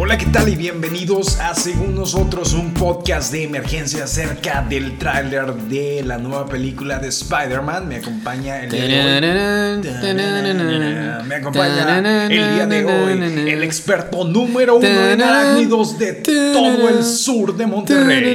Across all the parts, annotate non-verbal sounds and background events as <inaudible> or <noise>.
Hola, ¿qué tal? Y bienvenidos a Según Nosotros, un podcast de emergencia acerca del tráiler de la nueva película de Spider-Man. Me acompaña el día de hoy. Me acompaña el día de hoy el experto número uno en arácnidos de todo el sur de Monterrey,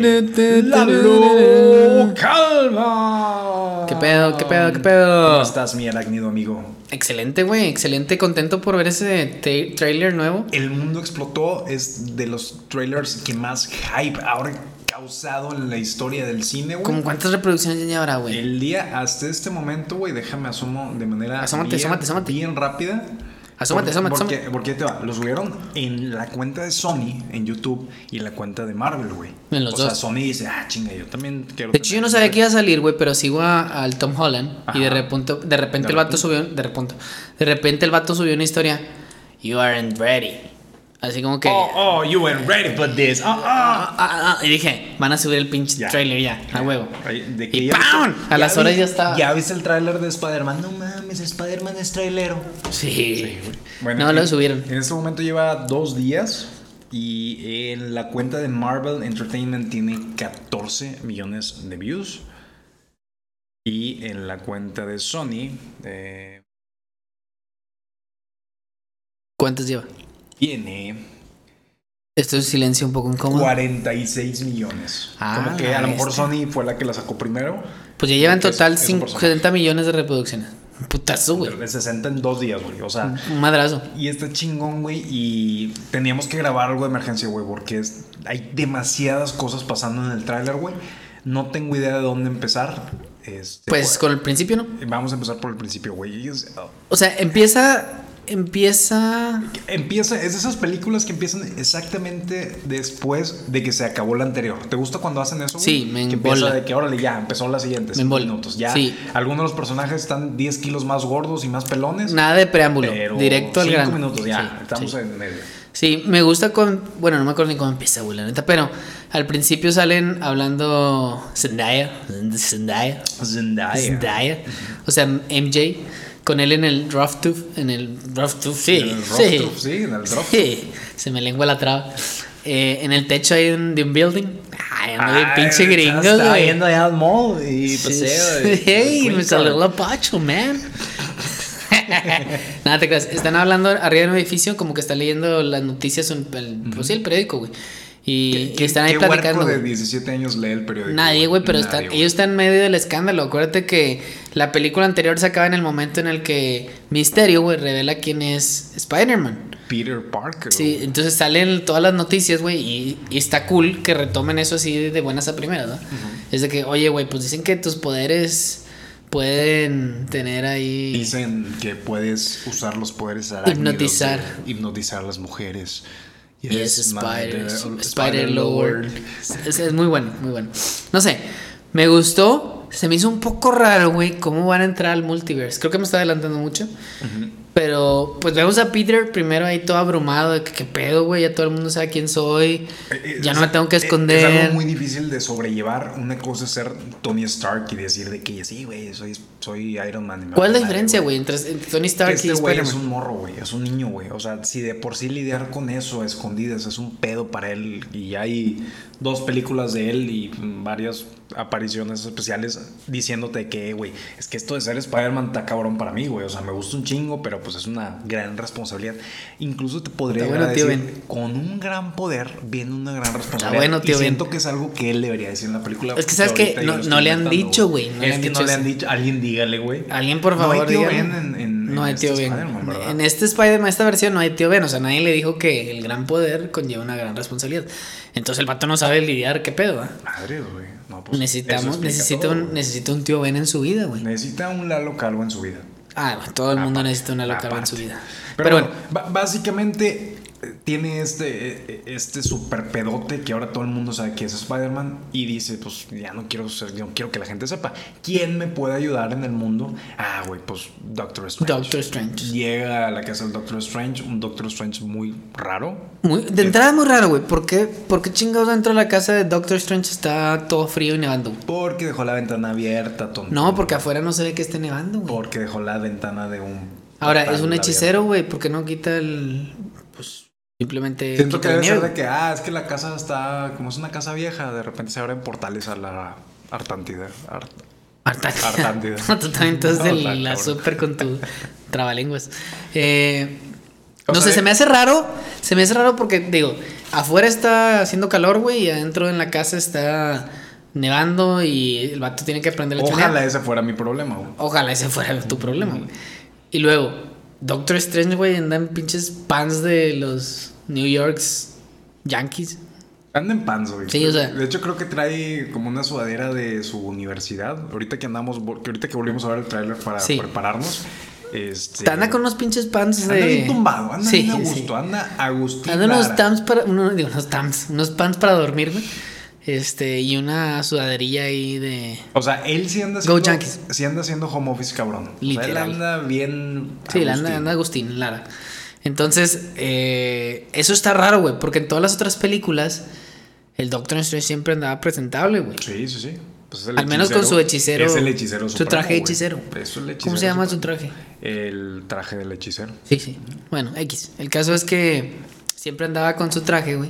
Lalo Calva. ¿Qué pedo? ¿Qué pedo? ¿Qué pedo? ¿Cómo estás, mi arácnido amigo? Excelente, güey, excelente, contento por ver ese tra- trailer nuevo. El mundo explotó, es de los trailers que más hype ahora causado en la historia del cine, güey. ¿Cómo cuántas reproducciones ya habrá, güey? El día hasta este momento, güey, déjame asomo de manera Asómate, bien, asómate, asómate. bien rápida. Por- Asómate, asómate, Porque, porque ahí te va, los subieron en la cuenta de Sony en YouTube y la cuenta de Marvel, güey. En los o sea, dos. Sony dice, ah, chinga, yo también quiero. De hecho, yo no tener- sabía que iba a salir, güey, pero sigo a- al Tom Holland y de Ajá. repente, de repente De el repente. vato subió, de repente, de repente el vato subió una historia. You aren't ready. Así como que. Oh, oh, you weren't ready for this. Ah, ah. Ah, ah, ah, y dije, van a subir el pinche Ya. trailer ya, a huevo. Ay, de que Y ya ¡pam! viste- A las vi- horas ya estaba. Ya viste el tráiler de Spider-Man. No mames, Spider-Man es trailero. Sí. no lo en- subieron. En este momento lleva dos días. Y en la cuenta de Marvel Entertainment tiene 14 millones de views. Y en la cuenta de Sony eh, ¿Cuántos lleva? tiene Esto es silencio un poco incómodo. 46 millones. Ah, Como que a la lo mejor bestia. Sony fue la que la sacó primero. Pues ya lleva en Porque es- total es un 50 personaje. 70 millones de reproducciones. Putazo, güey. De 60 en dos días, güey. O sea, Un madrazo. Y está chingón, güey. Y teníamos que grabar algo de emergencia, güey, porque es- hay demasiadas cosas pasando en el tráiler, güey. No tengo idea de dónde empezar. Este, Pues güey, con el principio, ¿no? Vamos a empezar por el principio, güey. Y es- oh, O sea, empieza. Empieza. Empieza, es de esas películas que empiezan exactamente después de que se acabó la anterior. ¿Te gusta cuando hacen eso? güey? Sí, me Que empieza embola. de que órale, ya empezó la siguiente. Me cinco embola. minutos. Ya Sí. algunos de los personajes están 10 kilos más gordos y más pelones. Nada de preámbulo. pero directo al cinco grano. minutos, ya. Sí, estamos sí. en medio. Sí, me gusta con. Bueno, no me acuerdo ni cómo empieza, güey, la neta. Pero al principio salen hablando. Zendaya. Zendaya. Zendaya. Zendaya. O sea, MJ. Con él en el rough tooth. En el rough tooth, sí. En el rough sí. tooth, sí, en el rough Sí, se me lengua la traba. Eh, en el techo hay un, de un building. Ay, ando bien Ah, pinche gringo, Estaba güey. yendo allá al mall y Sí, pasé. <laughs> sí. Hey, me saludó la Pacho, man. <laughs> Nada, te creas. Están hablando arriba de un edificio, como que están leyendo las noticias, un- el, pues sí, el periódico, güey. Y, y están ahí platicando. de güey. 17 años lee el periódico? Nadie, güey, pero Nadie, están, güey. ellos están en medio del escándalo. Acuérdate que la película anterior se acaba en el momento en el que Misterio, güey, revela quién es Spider-Man. Peter Parker. Sí, güey. entonces salen todas las noticias, güey, y, y está cool que retomen eso así de buenas a primeras, ¿no? Es de que, oye, güey, pues dicen que tus poderes pueden tener ahí... Dicen que puedes usar los poderes arácnidos Hipnotizar. de hipnotizar a las mujeres. Y es Spider, Spider- Spider Lord. Es, es muy bueno, muy bueno. No sé, me gustó. Se me hizo un poco raro, güey, cómo van a entrar al multiverse. Creo que me está adelantando mucho. Pero, pues vemos a Peter primero ahí todo abrumado, de que qué pedo, güey, ya todo el mundo sabe quién soy. Eh, eh, Ya no es- me tengo que eh, Es esconder. algo muy difícil de sobrellevar. Una cosa es ser Tony Stark y decir de que sí, güey, soy, soy Iron Man. y me ¿Cuál vale es la madre, diferencia, güey, entre, entre Tony Que Stark y este güey Spider-Man? es un morro, güey, es un niño, güey. O sea, si de por sí lidiar con eso a escondidas es un pedo para él y hay dos películas de él y mm, varias apariciones especiales diciéndote que, güey, es que esto de ser Spider-Man está cabrón para mí, güey. O sea, me gusta un chingo, pero pues es una gran responsabilidad. Incluso te podría Está bueno, decir, tío Ben. con un gran poder viene una gran responsabilidad. bueno, tío y Ben. siento que es algo que él debería decir en la película. Es que, ¿sabes qué? ahorita yo No- lo estoy no le han inventando, dicho, güey, no le es han que no dicho le eso. han dicho. Alguien dígale, güey. Alguien, por favor, No hay tío dígame. Ben en, en- no en hay este tío Ben. Spider-Man, ¿verdad? En este Spider-Man, esta versión, no hay tío Ben. O sea, nadie le dijo que el gran poder conlleva una gran responsabilidad. Entonces el vato no sabe lidiar, qué pedo, ¿va? Madre, güey. No, pues, eso Necesitamos, explica necesita todo, un, güey. necesita un tío Ben en su vida, güey. Necesita un Lalo Calvo en su vida. Ah, todo el mundo Aparte, necesita una loca en aparte. su vida. Pero, bueno, ba- básicamente eh, tiene este, eh, este super pedote que ahora todo el mundo sabe que es Spider-Man y dice, pues ya no quiero ser, yo quiero que la gente sepa. ¿Quién me puede ayudar en el mundo? Ah, güey, pues Doctor Strange. Doctor Strange. Llega a la casa del Doctor Strange, un Doctor Strange muy raro. Muy- de entrada muy raro, güey. ¿Por qué, ¿Por qué chingados dentro de la casa de Doctor Strange está todo frío y nevando? güey? Porque dejó la ventana abierta, tonto. No, porque afuera no se ve que esté nevando, güey. Porque dejó la ventana de un. Ahora, portal es un abierto. hechicero, güey, porque no quita el. Pues Simplemente. Siento que quitan debe ser miedo. de que, ah, es que la casa está, como es una casa vieja, de repente se abren portales a la Artántida. Ar- Artántida. Artántida. <laughs> No, tú también estás No, de está la cabrón. super con <laughs> tu trabalenguas. Eh, O no sea, sé, de- se me hace raro. Se me hace raro porque, digo, afuera está haciendo calor, güey, y adentro en la casa está nevando y el vato tiene que prender la chimenea. Ojalá ese fuera mi problema, güey. Ojalá ese fuera tu problema, güey. Y luego, Doctor Strange, güey, anda en pinches pants de los New York's Yankees. Anda en pants, güey. Sí, o sea- De hecho, creo que trae como una sudadera de su universidad. Ahorita que andamos, vol- que ahorita que volvimos a ver el tráiler para Sí. prepararnos. Este, Te Anda con unos pinches pants de. Anda bien tumbado, anda Sí, bien a sí. gusto, anda a gusto. Anda unos tams para. uno- digo, unos tams, unos pants para dormir, güey. Este, y una sudaderilla ahí de. O sea, él sí anda Go haciendo, Yankees. sí anda haciendo home office cabrón. O sea, él Literal. anda bien. Sí, la agustín. anda, anda Agustín Lara. Entonces, eh, eso está raro, güey, porque en todas las otras películas, el Doctor Strange siempre andaba presentable, güey. Sí, sí, sí. Pues es el Al menos con su hechicero- Es el hechicero. su supremo, traje de güey. hechicero. Es el hechicero ¿Cómo se llama su supremo. traje? El traje del hechicero. Sí, sí. Bueno, X. El caso es que siempre andaba con su traje, güey,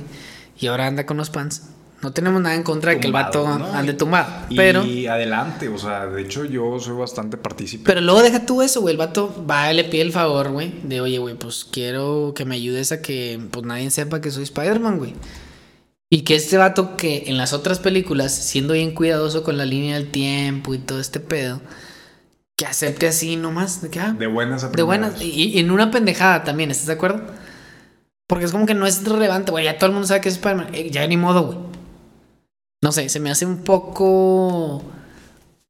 y ahora anda con los pants. No tenemos nada en contra de que el Tumbado, vato ¿no? ande tumbado, Y pero... adelante, o sea, de hecho yo soy bastante partícipe. Pero luego deja tú eso, güey. El vato va y le pide el favor, güey. De, oye, güey, pues quiero que me ayudes a que pues nadie sepa que soy Spider-Man, güey. Y que este vato que en las otras películas, siendo bien cuidadoso con la línea del tiempo y todo este pedo, que acepte así nomás. De, que, ah, de buenas a de buenas. primeras. Y, y en una pendejada también, ¿estás de acuerdo? Porque es como que no es relevante, güey. Ya todo el mundo sabe que es Spider-Man. Eh, ya ni modo, güey. No sé, se me hace un poco.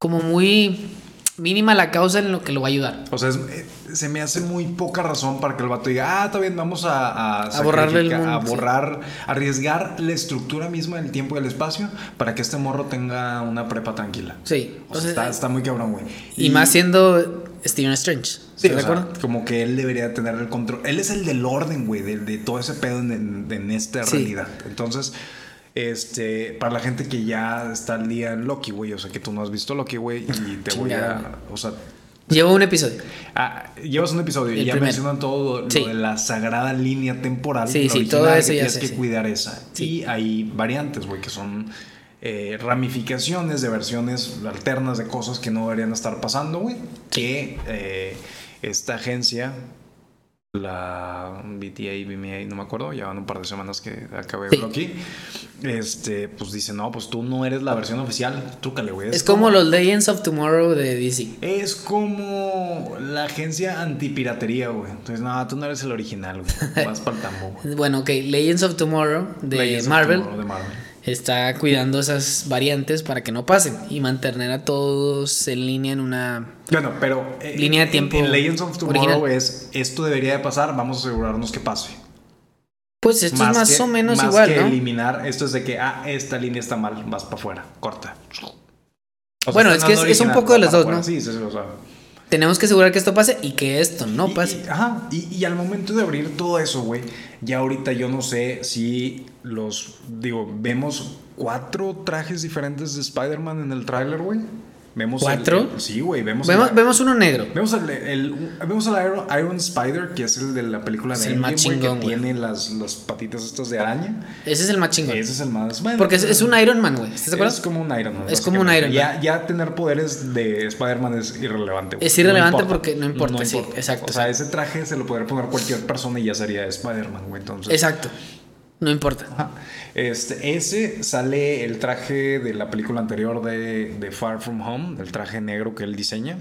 Como muy mínima la causa en lo que lo va a ayudar. O sea, es- eh, se me hace muy poca razón para que el vato diga, ah, está bien, vamos a... A, sacrificar- borrarle el mundo, A sí. borrar, arriesgar la estructura misma del tiempo y del espacio para que este morro tenga una prepa tranquila. Sí. O o sea, sea, está, está muy cabrón, güey. y, más siendo Steven Strange. Sí, ¿estás de o sea, acuerdo? como que él debería tener el control. Él es el del orden, güey, de, de todo ese pedo en, en- en esta Sí. realidad. Entonces, este, para la gente que ya está al día en Loki, güey, o sea, que tú no has visto Loki, güey, y te voy a. Chingada. O sea, Llevo un episodio. ah, llevas un episodio y El ya primero. mencionan todo lo Sí. de la sagrada línea temporal. Sí, la sí, original, todo eso que ya Tienes sé, que sí. cuidar esa. Sí. Y hay variantes, güey, que son. eh, ramificaciones de versiones alternas de cosas que no deberían estar pasando, güey. Que eh, esta agencia, la BTA, BMA, no me acuerdo, ya van un par de semanas que acabé de Sí. verlo aquí. Este, pues dice, no, pues tú no eres la versión oficial, trúcale, güey. Es como los Legends of Tomorrow de DC. Es como la agencia antipiratería, güey. Entonces, no, tú no eres el original, güey. Vas para el tambo, güey. Bueno, ok, Legends of Tomorrow <laughs> de Legends of Marvel. Tomorrow de Marvel. está cuidando esas variantes para que no pasen y mantener a todos en línea en una... Bueno, pero... eh, Línea de en- tiempo En Legends of Tomorrow original. es, esto debería de pasar, vamos a asegurarnos que pase. Pues esto es más que- o menos más igual, que ¿no? eliminar, esto es de que, ah, esta línea está mal, vas para afuera, corta. O sea, Bueno, están es que es- dando es un original, poco de va las para dos, ¿no? afuera. Sí, sí, sí, o sea, Tenemos que asegurar que esto pase y que esto Y- no pues. y- pase. ajá, y, y al momento de abrir todo eso, güey, ya ahorita yo no sé si los, digo, vemos cuatro trajes diferentes de Spider-Man en el tráiler, güey. Vemos el- ¿Cuatro? el- sí, güey, vemos, Vemos, el- vemos uno negro. Vemos al el, vemos al Iron, Iron Spider, que es el de la película Es de el más Endgame, güey, chingón, que güey. tiene las, las patitas estas de araña. Ese es el más chingón. Ese es el más... bueno, Porque es, es un Iron Man, güey. ¿Estás de acuerdo? Es como un Iron Man. Es como un básicamente. Iron Ya, Man. ya tener poderes de Spider-Man es irrelevante. güey. Es irrelevante importa. porque no importa, sí, exacto, O sea, ese traje se lo podría poner cualquier persona y ya sería Spider-Man, güey. Entonces. Exacto. No importa. Ajá. Este, ese sale el traje de la película anterior de, de Far From Home, el traje negro que él diseña.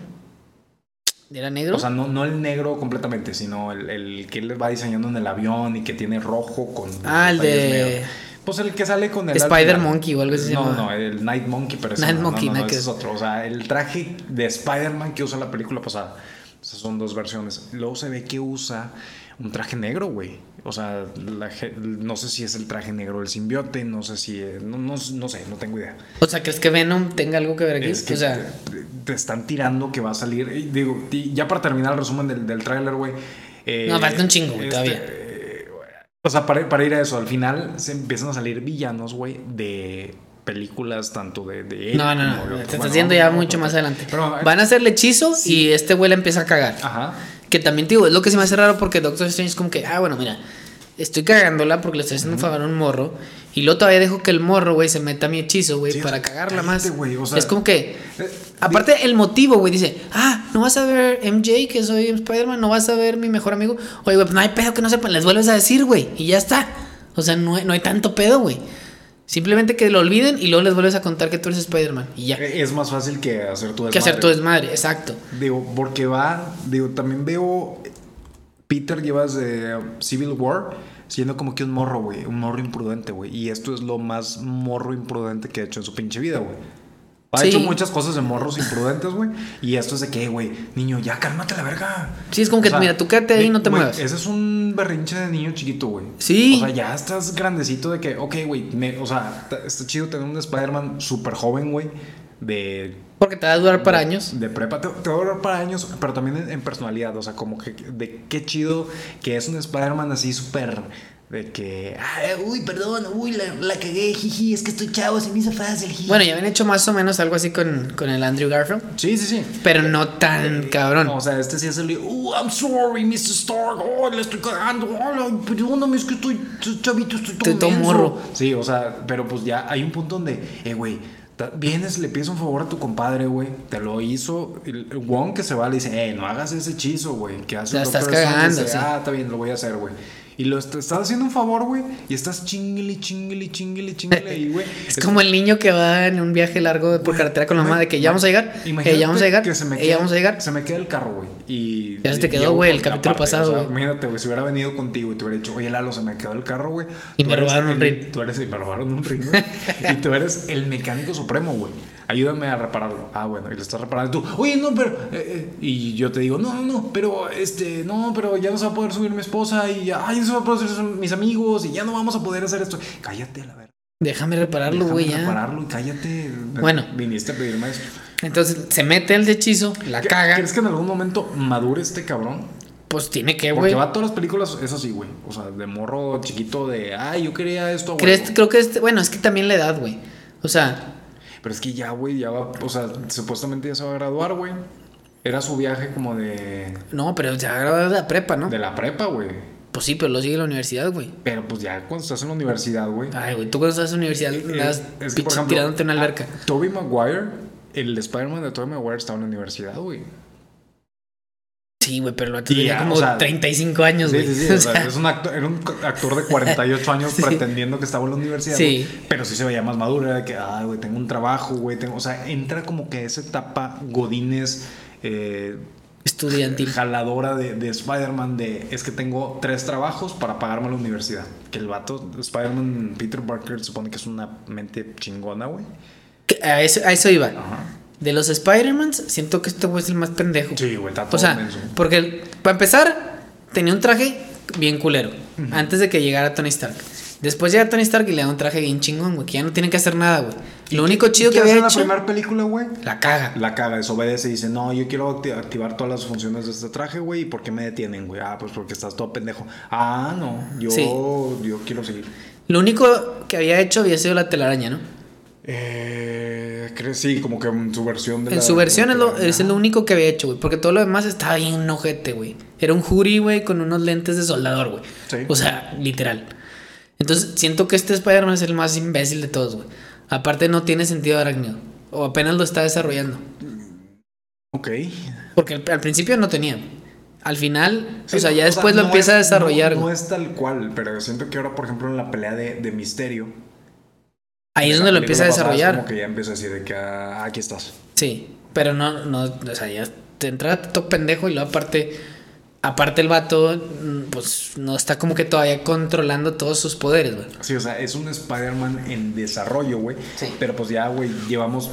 ¿Era negro? O sea, no, no el negro completamente, sino el, el que él va diseñando en el avión y que tiene rojo con. Ah, el detalles de- negros. Pues el que sale con el. Spider al final. Monkey o algo así se No, llama. no, el Night Monkey, pero ese Night no, no, Monkey, no, no, nada que ese es ver. otro. O sea, el traje de Spider-Man que usa la película pasada. Esas son dos versiones. Luego se ve que usa un traje negro, güey. O sea, la ge- no sé si es el traje negro del simbiote, no sé si. eh, No, no, no sé, no tengo idea. O sea, ¿crees que Venom tenga algo que ver aquí? Es que o sea, te, te están tirando que va a salir. Y digo, y ya para terminar el resumen del, del tráiler, güey. eh, No, falta un chingo, güey, todavía. eh, o sea, para, para ir a eso, al final se empiezan a salir villanos, güey, de películas tanto de... de él no, no, como de no. otro. Te Bueno, estás yendo no, ya no, mucho no, más no. adelante. Pero, eh, Van a hacerle hechizo y este güey le empieza a cagar. Ajá. Que también, te digo, es lo que se me hace raro porque Doctor Strange es como que, ah, bueno, mira, estoy cagándola porque le estoy haciendo un favor a un morro. Y luego todavía dejo que el morro, güey, se meta a mi hechizo, güey, Sí, para cagarla más. cállate, güey, o sea, es como que. eh, Aparte, el motivo, güey, dice: Ah, no vas a ver MJ, que soy Spider-Man, no vas a ver mi mejor amigo. Oye, güey, pues no hay pedo que no sepan. Les vuelves a decir, güey, y ya está. O sea, no hay, no hay tanto pedo, güey. Simplemente que lo olviden y luego les vuelves a contar que tú eres Spider-Man. Y ya. Eh, Es más fácil que hacer tu que hacer desmadre. todo desmadre, exacto. Digo, porque va, digo, también veo Peter llevas de Civil War siendo como que un morro, güey, un morro imprudente, güey. Y esto es lo más morro imprudente que ha hecho en su pinche vida, güey. Ha Sí. hecho muchas cosas de morros imprudentes, güey. Y esto es de que, güey, niño, ya cálmate la verga. Sí, es como que, mira, tú quédate ahí y no te güey, muevas. Ese es un berrinche de niño chiquito, güey. Sí. O sea, ya estás grandecito de que, ok, güey, me- o sea, ta- está chido tener un Spider-Man súper joven, güey, de Porque te va a durar para años. de prepa te, te va a durar para años, pero también en, en personalidad. O sea, como que de qué chido que es un Spider-Man así súper. De que. "Ah, uy, perdón, uy, la, la cagué, jiji, es que estoy chavo, se me hizo fácil, jiji". Bueno, ya habían hecho más o menos algo así con, con el Andrew Garfield. Sí, sí, sí. Pero no tan cabrón. Eh, O sea, este sí es el. de, "Uh, I'm sorry, Mr. Stark. Oh, le estoy cagando. Oh, perdóname, es que estoy estoy chavito, estoy todo, Estoy todo menso". morro. Sí, o sea, pero pues ya hay un punto donde, eh, güey, ta- vienes, le pides un favor a tu compadre, güey. Te lo hizo. el- el Wong que se va le dice, eh, no hagas ese hechizo, güey. Que hace La el estás Doctor Strange", cagando, dice, sí. Ah, está bien, lo voy a hacer, güey. Y lo est- estás haciendo un favor, güey. Y estás chingle, chingle, chingle, <laughs> chingle ahí, güey. Es como el niño que va en un viaje largo por carretera con la mamá de que ya vamos a llegar, eh, Imagínate ya vamos a llegar, que se me eh, queda- ya vamos a llegar. Se me queda el carro, güey. Y. Ya se te y- quedó, llego güey, con el la capítulo pasado, o sea, güey. Imagínate, güey, si hubiera venido contigo y te hubiera dicho, oye, Lalo, se me quedó el carro, güey. Y Tú me eres robaron un el- ring. Tú eres y me robaron un ring, güey. y tú eres el mecánico supremo, güey. Ayúdame a repararlo. Ah, bueno, y lo estás reparando. y Tú, oye, no, pero. eh, eh", y yo te digo, no, no, no, pero este, no, pero ya no se va a poder subir mi esposa y ya, ay, no se va a poder subir mis amigos y ya no vamos a poder hacer esto. Cállate, a la verdad. Déjame repararlo, güey, ya. Repararlo y cállate. Bueno. Viniste a pedirme eso. Entonces se mete el de hechizo, la ¿Qué- caga. ¿Crees que en algún momento madure este cabrón? Pues tiene que, Porque güey. va a todas las películas, es así, güey. O sea, de morro chiquito, de, ay, yo quería esto, güey. ¿Crees- Creo que este, bueno, es que también la edad, güey. O sea, Pero es que ya, güey, ya va, o sea, supuestamente ya se va a graduar, güey. Era su viaje como de, no, pero se va a graduar de la prepa, ¿no? de la prepa, güey. Pues sí, pero lo sigue la universidad, güey. Pero pues ya cuando estás en la universidad, güey. Ay, güey, tú cuando estás en la universidad Ah, es andas que, por pinche ejemplo, tirándote en una alberca. Toby Maguire, el Spider-Man de Toby Maguire estaba en la universidad, güey. Sí, güey, pero lo vato Sí, tenía ya, como o sea, 35 años, Sí, güey. sí, sí. o <laughs> O sea, sea, es un acto- era un actor de <laughs> 48 años Sí. pretendiendo que estaba en la universidad. Sí. güey, Pero sí se veía más maduro. Era de que, ah, güey, tengo un trabajo, güey. tengo-". O sea, entra como que esa etapa Godines. eh, estudiantil. jaladora de, de Spider-Man de es que tengo tres trabajos para pagarme la universidad. Que el vato, Spider-Man, Peter Parker, supone que es una mente chingona, güey. Que A eso, a eso iba. Ajá. De los Spider-Mans, siento que este güey es el más pendejo. Sí, güey, está todo O sea, menso. porque el- para empezar, tenía un traje bien culero. Antes de que llegara Tony Stark. Después llega Tony Stark y le da un traje bien chingón, güey. Que ya no tiene que hacer nada, güey. Lo único chido ¿Qué que hace había en la hecho. primera película, güey? La caga. La caga, desobedece y dice, no, yo quiero acti- activar todas las funciones de este traje, güey, ¿y por qué me detienen, güey? Ah, pues porque estás todo pendejo. Ah, no, yo, Sí. yo quiero seguir. Lo único que había hecho había sido la telaraña, ¿no? Eh, cre- sí, como que en su versión de En la- su versión es lo, de la- es lo único que había hecho, güey. Porque todo lo demás estaba bien ojete, güey. Era un jury, güey, con unos lentes de soldador, güey. Sí. O sea, literal. Entonces, siento que este Spider-Man es el más imbécil de todos, güey. Aparte, no tiene sentido arácnido. O apenas lo está desarrollando. Ok. Porque al, al principio no tenía. Al final, Sí, o sea, no, ya después no lo empieza a es- desarrollar. No, no güey. es tal cual, pero siento que ahora, por ejemplo, en la pelea de, de Misterio. Ahí de es la donde lo película empieza a pasada, es desarrollar. Como que ya empieza así de que ah, aquí estás. Sí, pero no, no, o sea, ya te entra todo pendejo y luego aparte, aparte el vato, mm, pues no está como que todavía controlando todos sus poderes, güey. Sí, o sea, es un Spider-Man en desarrollo, güey. Sí. Pero pues ya, güey, llevamos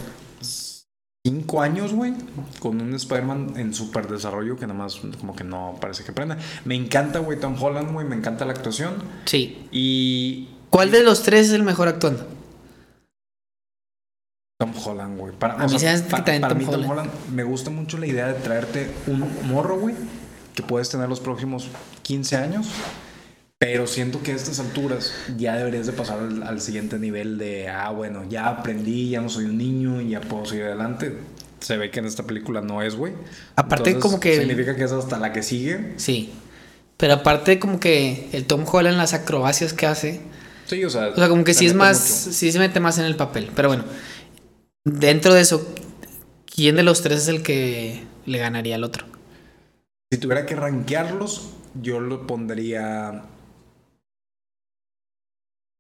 cinco años, güey, con un Spider-Man en super desarrollo que nada más como que no parece que prenda. Me encanta, güey, Tom Holland, güey, me encanta la actuación. Sí. Y ¿Cuál de los tres es el mejor actuando? Tom Holland, güey. Para, A mí se me hace que también para Tom mí Tom Holland. Holland me gusta mucho la idea de traerte un morro, güey, que puedes tener los próximos 15 años. Pero siento que a estas alturas ya deberías de pasar al, al siguiente nivel de, ah, bueno, ya aprendí, ya no soy un niño, ya puedo seguir adelante. Se ve que en esta película no es, güey. Aparte, como que- Significa que es hasta la que sigue. Sí. Pero aparte, como que el Tom Holland, las acrobacias que hace. Sí, o sea. O sea, como que se sí es mete más. mucho. Sí se mete más en el papel. Pero bueno, dentro de eso, ¿quién de los tres es el que le ganaría al otro? Si tuviera que rankearlos, yo lo pondría.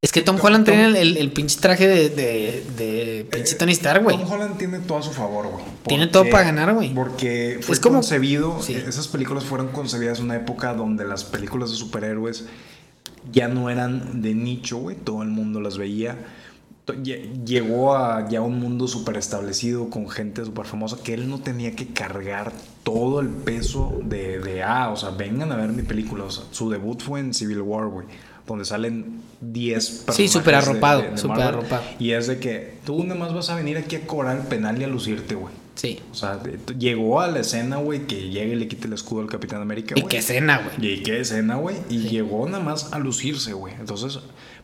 Es que Tom Tom- Holland Tom- Eh, tiene el, el- el pinche traje de, de, de pinche Tony Stark, güey. Tom Holland tiene todo a su favor, güey. Tiene Porque- todo para ganar, güey. Porque fue Es como- concebido, sí. esas películas fueron concebidas en una época donde las películas de superhéroes ya no eran de nicho, güey, todo el mundo las veía. To- lle- Llegó a ya un mundo súper establecido con gente súper famosa que él no tenía que cargar todo el peso de, de, ah, o sea, vengan a ver mi película. O sea, su debut fue en Civil War, güey, donde salen 10 personajes. Sí, súper de- de- arropado, de súper Marvel. arropado. Y es de que tú nada más vas a venir aquí a cobrar el penal y a lucirte, güey. Sí. O sea, de- t- llegó a la escena, güey, que llega y le quita el escudo al Capitán América, Y güey. qué escena, güey. Y qué escena, güey. Y llegó nada más a lucirse, güey. Entonces,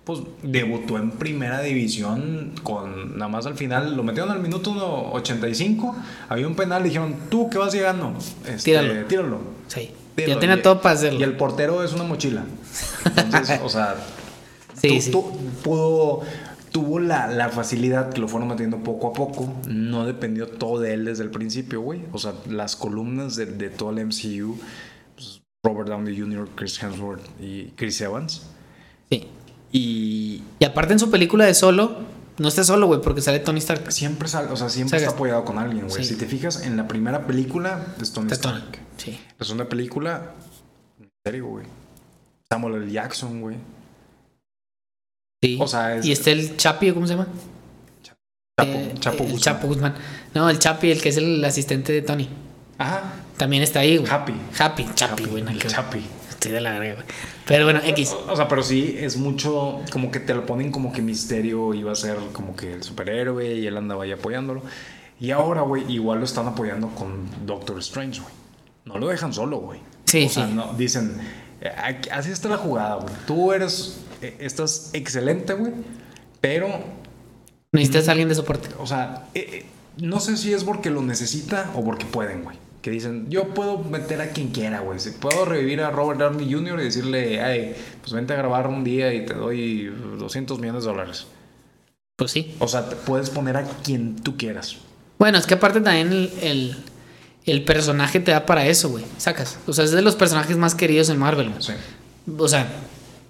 pues debutó en primera división con nada más al final. Lo metieron al minuto 1.85. Había un penal, dijeron, tú que vas llegando. Este, Tíralo. Tíralo. Sí. tíralo". Ya tenía Y- todo para Y el hacerlo. portero es una mochila. <laughs> Entonces, o sea, Sí, tu- sí. tu- pudo, tuvo la, la facilidad que lo fueron metiendo poco a poco. No dependió todo de él desde el principio, güey. O sea, las columnas de, de todo el MCU, pues, Robert Downey Jr., Chris Hemsworth y Chris Evans. Sí. Y Y aparte en su película de solo, no está solo, güey, porque sale Tony Stark. siempre, sale- o sea, siempre O sea, está apoyado con alguien, güey. sí. Si te fijas, en la primera película es Tony Está Tony. Stark. Sí. La segunda película, en serio, güey. Samuel L. Jackson, güey. Sí. O sea, es- y está el Chapi, ¿cómo se llama? Chapo, Eh, Chapo el Guzmán. Chapo Guzmán. No, el Chapi, el que es el asistente de Tony. Ajá. También está ahí, güey. Happy. Happy, Chapi, güey. nada el que ver. Chapi. Estoy de la verga, güey. Pero bueno, X. O sea, pero sí, es mucho, como que te lo ponen como que Misterio iba a ser como que el superhéroe y él andaba ahí apoyándolo. Y ahora, güey, igual lo están apoyando con Doctor Strange, güey. No lo dejan solo, güey. Sí, O sea, sí. no, dicen, eh, aquí- así está la jugada, güey. Tú eres, eh, estás excelente, güey, pero Necesitas a alguien de soporte. o sea, eh, eh, no sé si es porque lo necesita o porque pueden, güey. Que dicen, yo puedo meter a quien quiera, güey. Si puedo revivir a Robert Downey Jr. y decirle, ay, pues vente a grabar un día y te doy 200 millones de dólares. Pues sí. O sea, te puedes poner a quien tú quieras. Bueno, es que aparte también el, el, el personaje te da para eso, güey. Sacas. O sea, es de los personajes más queridos en Marvel, güey. Sí. O sea,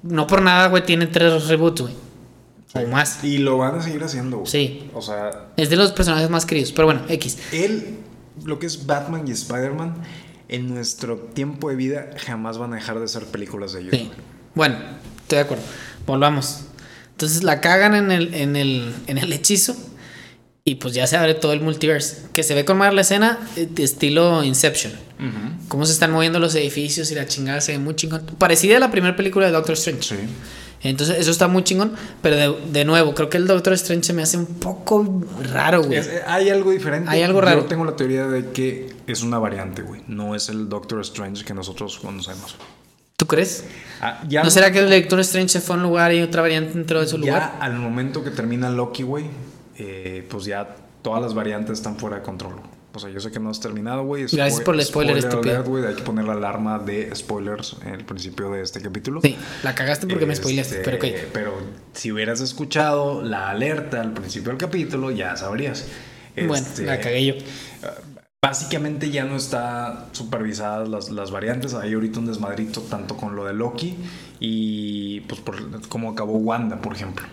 no por nada, güey, tiene tres reboots, güey. O más. Y lo van a seguir haciendo, güey. Sí. O sea, Es de los personajes más queridos. Pero bueno, X. él, lo que es Batman y Spider-Man, en nuestro tiempo de vida jamás van a dejar de ser películas de ellos. Sí. Bueno, estoy de acuerdo. Volvamos. Entonces la cagan en el, en el, en el hechizo. Y pues ya se abre todo el multiverse. Que se ve con más la escena eh, de estilo Inception. güey. Ujú. Cómo se están moviendo los edificios y la chingada se ve muy chingón. Parecida a la primera película de Doctor Strange. Sí. Entonces eso está muy chingón. Pero de, de nuevo, creo que el Doctor Strange se me hace un poco raro, güey. Es- eh, hay algo diferente. Hay algo raro. Yo tengo la teoría de que es una variante, güey. No es el Doctor Strange que nosotros conocemos. ¿Tú crees? Ah, ya, ¿No será que el Doctor Strange se fue a un lugar y otra variante entró de su ya lugar? al momento que termina Loki, güey, eh, pues ya todas las variantes están fuera de control. O sea, yo sé que no has terminado, güey. Gracias Spoil- por el spoiler, estúpido. alert, güey. Hay que poner la alarma de spoilers en el principio de este capítulo. Sí, la cagaste porque me Este, spoileaste, pero ok. pero si hubieras escuchado la alerta al principio del capítulo, ya sabrías. Bueno, Este, la cagué yo. Básicamente ya no está supervisadas las, las variantes. Hay ahorita un desmadrito tanto con lo de Loki y pues por, como acabó Wanda, por ejemplo.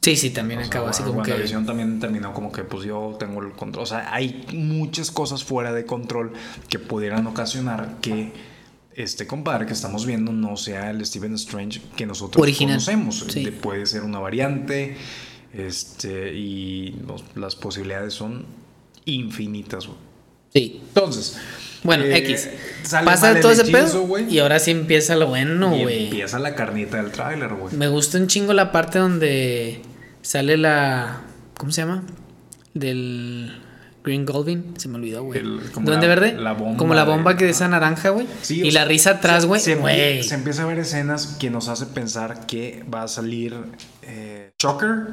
Sí, sí, también O sea, acabó así Wanda- como que. WandaVision también terminó como que pues yo tengo el control. O sea, hay muchas cosas fuera de control que pudieran ocasionar que este compadre que estamos viendo no sea el Stephen Strange que nosotros Original. conocemos. Sí. De- Puede ser una variante este y no, las posibilidades son infinitas. güey. Sí. Entonces, Bueno, eh, X. sale mal Pasa el todo ese hechizo, pedo. güey, Y ahora sí empieza lo bueno, y güey. empieza la carnita del tráiler, güey. Me gusta un chingo la parte donde sale la. ¿Cómo se llama? Del. Green Goblin, se me olvidó, güey. El- como ¿Dónde la- verde? la bomba como la de- bomba que de esa naranja, güey. Sí, y o la sea, risa atrás, güey. Se, Güey. se empieza a ver escenas que nos hace pensar que va a salir eh, Shocker,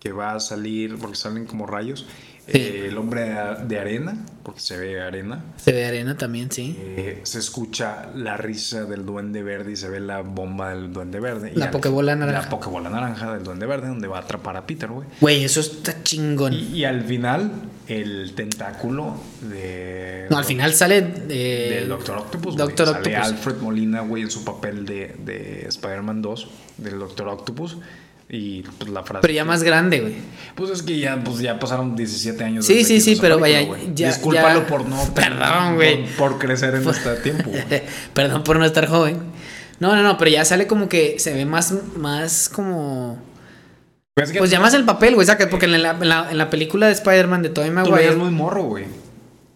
que va a salir, porque salen como rayos, Eh, el hombre de, de arena, porque se ve arena. Se ve arena también, sí. Eh, se escucha la risa del duende verde y se ve la bomba del duende verde. Y La al- pokebola naranja. La pokebola naranja del duende verde, donde va a atrapar a Peter, güey. Güey, eso está chingón. Y, y al final, el tentáculo de. no, al final sale. eh, Del Doctor Octopus. güey. Doctor Sale Octopus. Alfred Molina, güey, en su papel de, de Spider-Man 2, del Doctor Octopus. Y pues la frase. Pero ya más grande, güey. <laughs> Pues es que ya, pues, ya pasaron 17 años. Sí, desde sí, que sí, hizo esa pero película, vaya, güey. ya- Discúlpalo ya- por no. <laughs> Perdón, güey. Por, por crecer en este tiempo. <laughs> güey. Perdón por no estar joven. No, no, no, pero ya sale como que se ve más, más como. Pues, es que Pues ya más el papel, güey, saca, porque en la, en la- en la película de Spider-Man de Tobey tú lo veías Maguire muy morro, güey.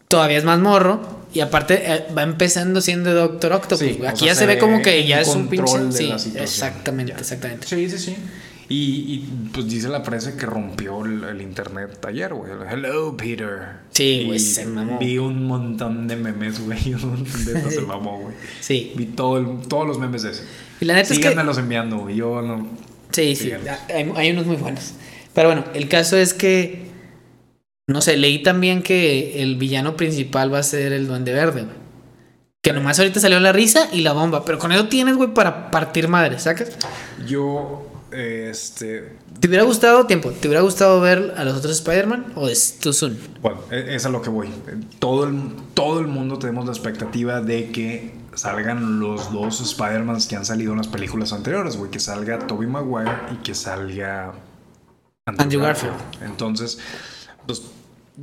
todavía es más morro. Y aparte eh, va empezando siendo Doctor Octopus. Sí, güey. o Aquí sea, ya se ve como que ya es un control pinche. de sí, la situación. exactamente, Ya. exactamente. Sí, sí, sí. Y, y, pues dice la frase que rompió el, el internet ayer, güey. Hello, Peter. Sí, Y güey, se mamó. Vi un montón de memes, güey. <laughs> Un montón de <laughs> eso se mamó, güey. Sí. Vi todo el- todos los memes de ese. Y la neta es que- Síganmelos enviando, güey. Yo no. Sí, sí, Síganos. hay, hay unos muy buenos. Pero bueno, el caso es que, no sé, leí también que el villano principal va a ser el Duende Verde, güey. Que nomás ahorita salió la risa y la bomba, pero con eso tienes, güey, para partir madre, ¿sacas? Yo, eh, este. ¿Te hubiera gustado, tiempo, te hubiera gustado ver a los otros Spider-Man o es too soon? Bueno, e- es a lo que voy. Todo el, todo el mundo tenemos la expectativa de que salgan los dos Spider-Mans que han salido en las películas anteriores, güey. Que salga Tobey Maguire y que salga Andrew Garfield. Entonces, pues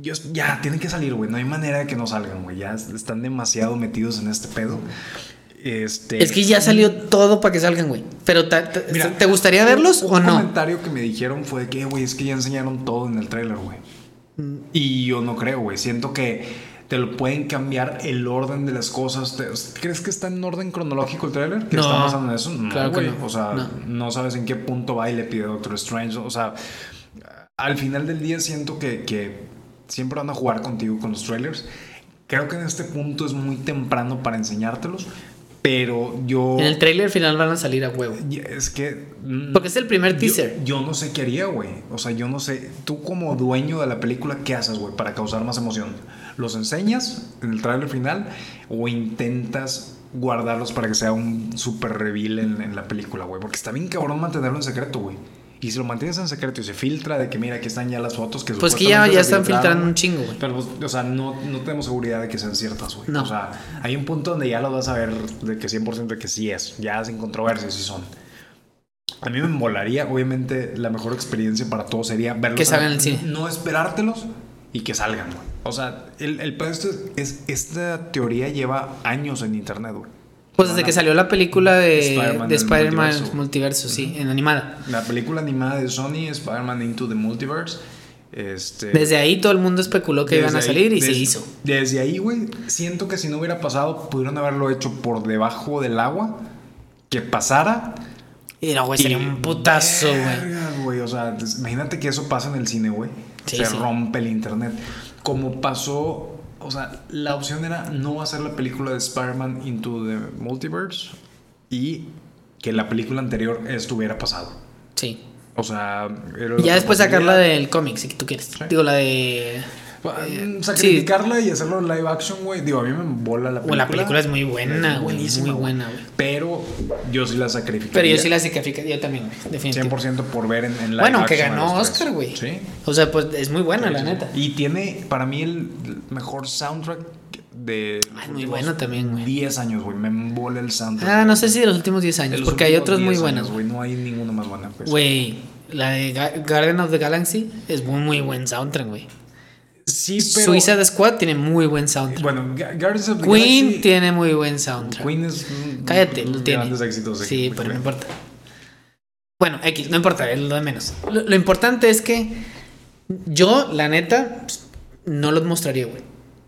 yo- ya tienen que salir, güey. No hay manera de que no salgan, güey. Ya están demasiado metidos en este pedo. Este, Es que ya salió todo para que salgan, güey. Pero ta- ta- Mira, ¿te gustaría verlos un- o Un no? comentario que me dijeron fue de que, güey, es que ya enseñaron todo en el tráiler, güey. Mm. Y yo no creo, güey. Siento que te lo pueden cambiar el orden de las cosas. Te- ¿Crees que está en orden cronológico el tráiler? ¿Que No, está basado en eso? No, claro que güey. no, O sea, no. no. sabes en qué punto va y le pide Doctor Strange. O sea, al final del día siento que, que siempre van a jugar contigo con los trailers. Creo que en este punto es muy temprano para enseñártelos. Pero yo... En el trailer final van a salir a huevo. Y Es que. mm, Porque es el primer yo- teaser. Yo, no sé qué haría, güey. O sea, yo no sé. Tú, como dueño de la película, ¿qué haces, güey, para causar más emoción? ¿Los enseñas en el trailer final o intentas guardarlos para que sea un super reveal en, en la película, güey? Porque está bien cabrón mantenerlo en secreto, güey. Y si lo mantienes en secreto y se filtra de que mira, aquí están ya las fotos que Pues que ya, supuestamente ya se están filtrando filtraron, un chingo, güey. pero, pues, o sea, no, no tenemos seguridad de que sean ciertas, güey. No. O sea, hay un punto donde ya lo vas a ver de que 100% de que sí es. Ya sin controversia si son. A mí me molaría, obviamente, la mejor experiencia para todos sería verlos. Que a- salgan al cine. No esperártelos y que salgan, güey. O sea, el, el pedo esto es, es- Esta teoría lleva años en internet, güey. Pues desde Van que a- salió la película de Spider-Man de del Spider-Man multiverso. multiverso, sí, en animada. La película animada de Sony, Spider-Man Into the Multiverse. Este, Desde ahí todo el mundo especuló que iban a Desde ahí- salir y se des- hizo. Desde ahí, güey, siento que si no hubiera pasado, pudieron haberlo hecho por debajo del agua, que pasara. Y no, güey, sería y- un putazo, güey. Verga, güey. O sea, des- imagínate que eso pasa en el cine, güey. Sí, Se sí. rompe el internet. Como pasó, o sea, la opción era no hacer la película de Spider-Man Into the Multiverse y que la película anterior estuviera pasado. Sí. O sea, era Y la ya después sacarla posibilidad. del cómic, si tú quieres. Digo, la de... eh, Mm, Sacrificarla y hacerlo en live action, güey. Digo, a mí me bola la O película. la película es muy buena, güey. buenísima, Muy güey. buena, güey. Pero yo sí la sacrificaría. Pero yo sí la sacrifico, yo también, güey, definitivamente. 100% por ver en, en live Bueno, que action a ganó los tres. Oscar, güey. Sí. O sea, pues es muy buena, Sí, la sí, sí. neta. Y tiene para mí el mejor soundtrack de. los Ay, muy últimos bueno también, güey. 10 años, güey. Me embola el soundtrack. Ah, no sé si de los últimos 10 De años, los porque hay últimos otros muy 10 buenos. años, güey. No hay ninguna más buena, pues. Güey, la de Ga- Garden of the Galaxy es muy, muy buen soundtrack, güey. Sí, pero. Suicide Squad tiene muy buen soundtrack. Bueno, Ga- Guardians of the Queen Galaxy- tiene muy buen soundtrack. Queen es. un- Cállate, lo un tiene. Grandes éxitos. sí, pero no importa. Bueno, X, no importa, es lo de menos. Lo, lo importante es que yo, la neta, pues, no los mostraría, güey.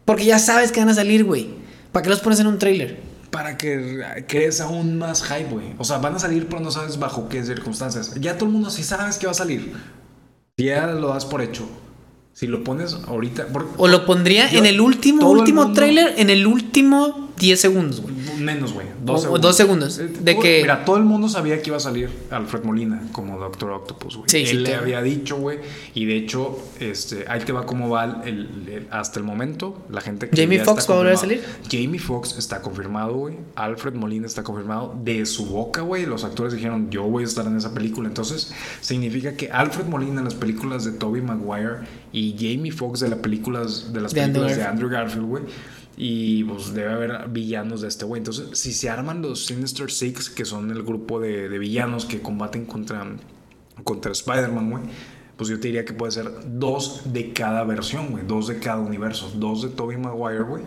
Porque ya sabes que van a salir, güey. ¿Para qué los pones en un trailer? Para que crees aún más hype, güey. O sea, van a salir, pero no sabes bajo qué circunstancias. Ya todo el mundo sí sabes que va a salir. Ya lo das por hecho. Si lo pones ahorita. por- O lo pondría Yo- en el último, todo el último mundo- trailer, en el último 10 segundos, güey. Menos, güey. O- Dos, o dos segundos. De Todo- que- Mira, todo el mundo sabía que iba a salir Alfred Molina como Doctor Octopus, güey. Sí, Él sí, le claro. había dicho, güey. Y de hecho, este, ahí te va cómo va el- el- hasta el momento. La gente que ¿Jamie ya está Foxx va a volver a confirmada. Jamie Foxx está confirmado, güey. Alfred Molina está confirmado. De su boca, güey. Los actores dijeron, yo voy a estar en esa película. Entonces, significa que Alfred Molina en las películas de Tobey Maguire y Jamie Foxx de las películas de las De Andrew películas de Andrew Garfield, güey. Y pues debe haber villanos de este güey. Entonces, si se arman los Sinister Six, que son el grupo de, de villanos que combaten contra, contra Spider-Man, güey, pues yo te diría que puede ser dos de cada versión, güey. Dos de cada universo. Dos de Tobey Maguire, güey.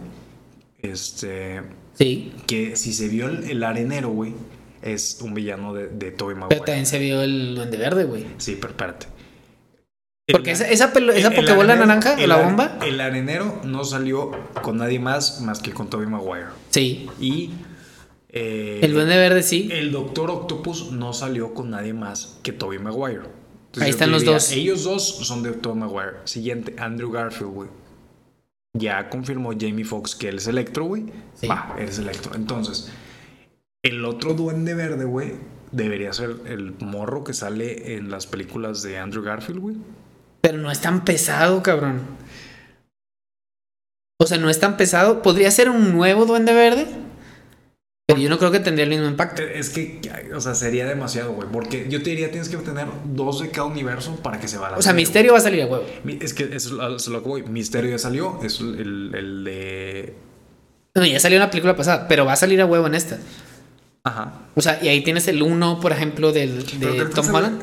Este. Sí. Que si se vio el, el arenero, güey, es un villano de, de Tobey Maguire. Pero también se vio el Duende Verde, güey. Sí, pero espérate. Porque El- esa, esa, pelo- esa el- el Pokébola arenero- naranja, el la are- bomba. El arenero no salió con nadie más más que con Tobey Maguire. Sí. Y. eh, El Duende Verde, sí. el Doctor Octopus no salió con nadie más que Tobey Maguire. Entonces, Ahí yo están te los diría, dos. Ellos dos son de Tobey Maguire. Siguiente, Andrew Garfield, güey. Ya confirmó Jamie Foxx que él es Electro, güey. Sí. Va, él es Electro. Entonces, el otro duende verde, güey, debería ser el morro que sale en las películas de Andrew Garfield, güey. Pero no es tan pesado, cabrón. O sea, no es tan pesado. Podría ser un nuevo Duende Verde. Pero yo no creo que tendría el mismo impacto. E, Es que, o sea, sería demasiado, güey. Porque yo te diría, tienes que tener dos de cada universo para que se balance. O sea, Misterio va a salir a huevo. Mi- Es que es lo, es lo que voy. Misterio ya salió. Es el, el de. No, ya salió en la película pasada, pero va a salir a huevo en esta. Ajá. O sea, y ahí tienes el uno, por ejemplo, del, Pero de creo que Tom ese- Holland.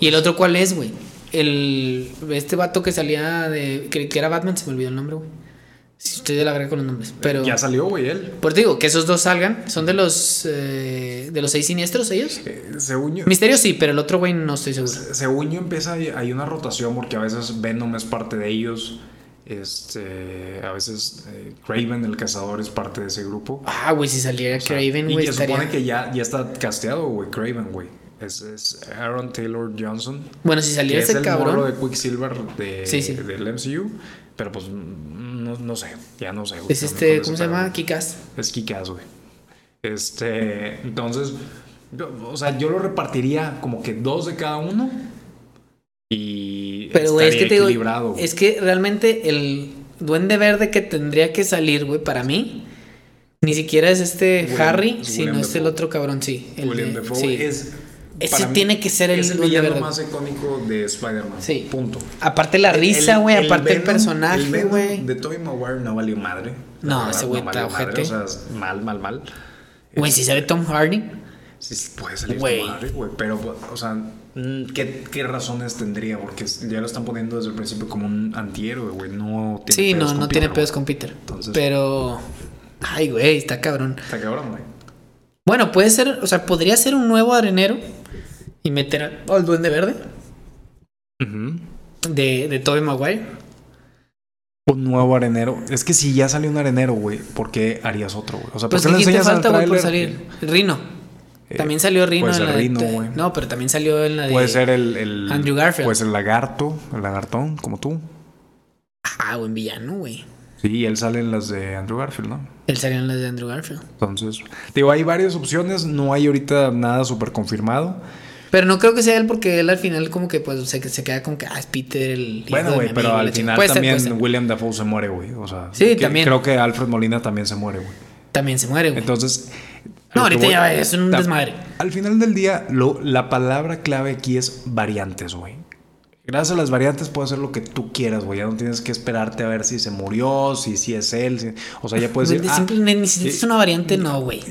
¿Y el otro cuál es, güey? El, este vato que salía de... Que, que era Batman, se me olvidó el nombre, güey. Si estoy de la verga con los nombres. Pero... Ya salió, güey, él. Por te digo, que esos dos salgan. ¿Son de los... eh, de los seis siniestros ellos? Eh, según yo. Misterio sí, pero el otro güey no estoy seguro. Según yo empieza, hay hay una rotación porque a veces Venom es parte de ellos. Este, a veces eh, Craven el cazador es parte de ese grupo. Ah, güey, si saliera O sea, Craven, y güey, que estaría... supone que ya, ya está casteado, güey, Craven, güey. Es, es Aaron Taylor Johnson. Bueno, si Que saliera es ese el morro cabrón... de Quicksilver de, Sí, sí. del MCU. Pero pues mm, no, no sé, ya no sé. güey. Es También este... con ¿Cómo ese se pedo. llama? Kikas. Es Kikaz, güey. Este, entonces, yo- o sea, yo lo repartiría como que dos de cada uno. Y Pero, güey, es que estaría te digo... equilibrado. güey. Es que realmente el duende verde que tendría que salir, güey, para mí... Ni siquiera es este William- Harry, es sino William es el Dafoe. otro cabrón, sí. El William de- Dafoe sí. es. Ese para mí, tiene que ser el es el Duende villano Verde. más icónico de Spider-Man. Sí. Punto. Aparte la El- risa, el- güey, aparte el Venom- el personaje, Venom güey. De Tobey Maguire no valió madre. la No, verdad, ese güey valió está madre, ojete. O sea, es mal, mal, mal. Güey, si sale Tom Hardy, Sí, sí, puede salir Güey. como Harry, güey. Pero, o sea, mm, ¿qué, qué razones tendría? Porque ya lo están poniendo desde el principio como un antihéroe, güey. No tiene sí, no, con no tiene Peter, pedos güey. con Peter. Entonces- Pero, ay, güey, está cabrón. Está cabrón, güey. Bueno, puede ser, o sea, podría ser un nuevo arenero y meter al, al duende verde de, de Tobey Maguire. Un nuevo arenero. Es que si ya salió un arenero, güey, ¿por qué harías otro, güey? O sea, ¿por Pues qué le ¿quién te enseñas al falta, güey, por tráiler? salir? Rino. Eh, También salió Rino puede en ser la de- Rino, güey. No, pero también salió en la de. Puede ser el, el- Andrew Garfield. Puede ser el lagarto, el lagartón, como tú. Ah, buen villano, güey. Sí, él sale en las de Andrew Garfield, ¿no? Él salió en la de Andrew Garfield. Entonces, digo, hay varias opciones. No hay ahorita nada súper confirmado. Pero no creo que sea él porque él al final como que pues se, se queda con que ah, es Peter el... hijo Bueno, de güey, mi pero amigo", la al final chingada. Puede ser, también puede ser. William Dafoe se muere, güey. O sea, Sí, que- también. creo que Alfred Molina también se muere, güey. También, se muere, güey. Entonces. No, lo que ahorita ya es un Ta- desmadre. Al final del día, lo- la palabra clave aquí es variantes, güey. Gracias a las variantes puedes hacer lo que tú quieras, güey. Ya no tienes que esperarte a ver si se murió, si, si es él. si- O sea, ya puedes Güey, decir. ah, simple- ni- ni si es sí. una variante, no, güey.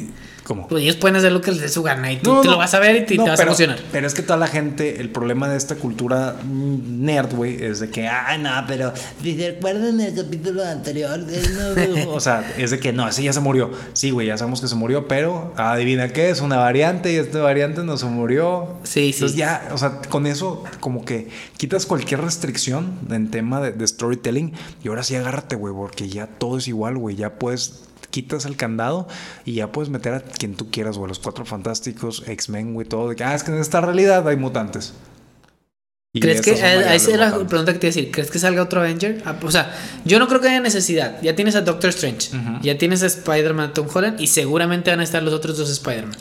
¿Cómo? Pues ellos pueden hacer lo que les dé su gana y tú No, te lo no. vas a ver y te, No, te vas pero- a emocionar. Pero es que toda la gente, el problema de esta cultura mm, nerd, güey, es de que, ah, no, pero Si se acuerdan del capítulo anterior, él no dijo. O sea, es de que no, ese ya se murió. Sí, güey, ya sabemos que se murió, pero ah, adivina qué, es una variante y esta variante no se murió. Sí, sí. Entonces ya, o sea, con eso como que quitas cualquier restricción en tema de, de storytelling y ahora sí agárrate, güey, porque ya todo es igual, güey, ya puedes quitas el candado y ya puedes meter a quien tú quieras, güey, los cuatro fantásticos, X-Men, güey, todo. de que, Ah, es que en esta realidad hay mutantes. Y ¿Crees que, esas son eh, variables esa es la bastantes. pregunta que te iba a decir, ¿crees que salga otro Avenger? Ah, O sea, yo no creo que haya necesidad. Ya tienes a Doctor Strange, Ujú. ya tienes a Spider-Man, Tom Holland y seguramente van a estar los otros dos Spider-Man.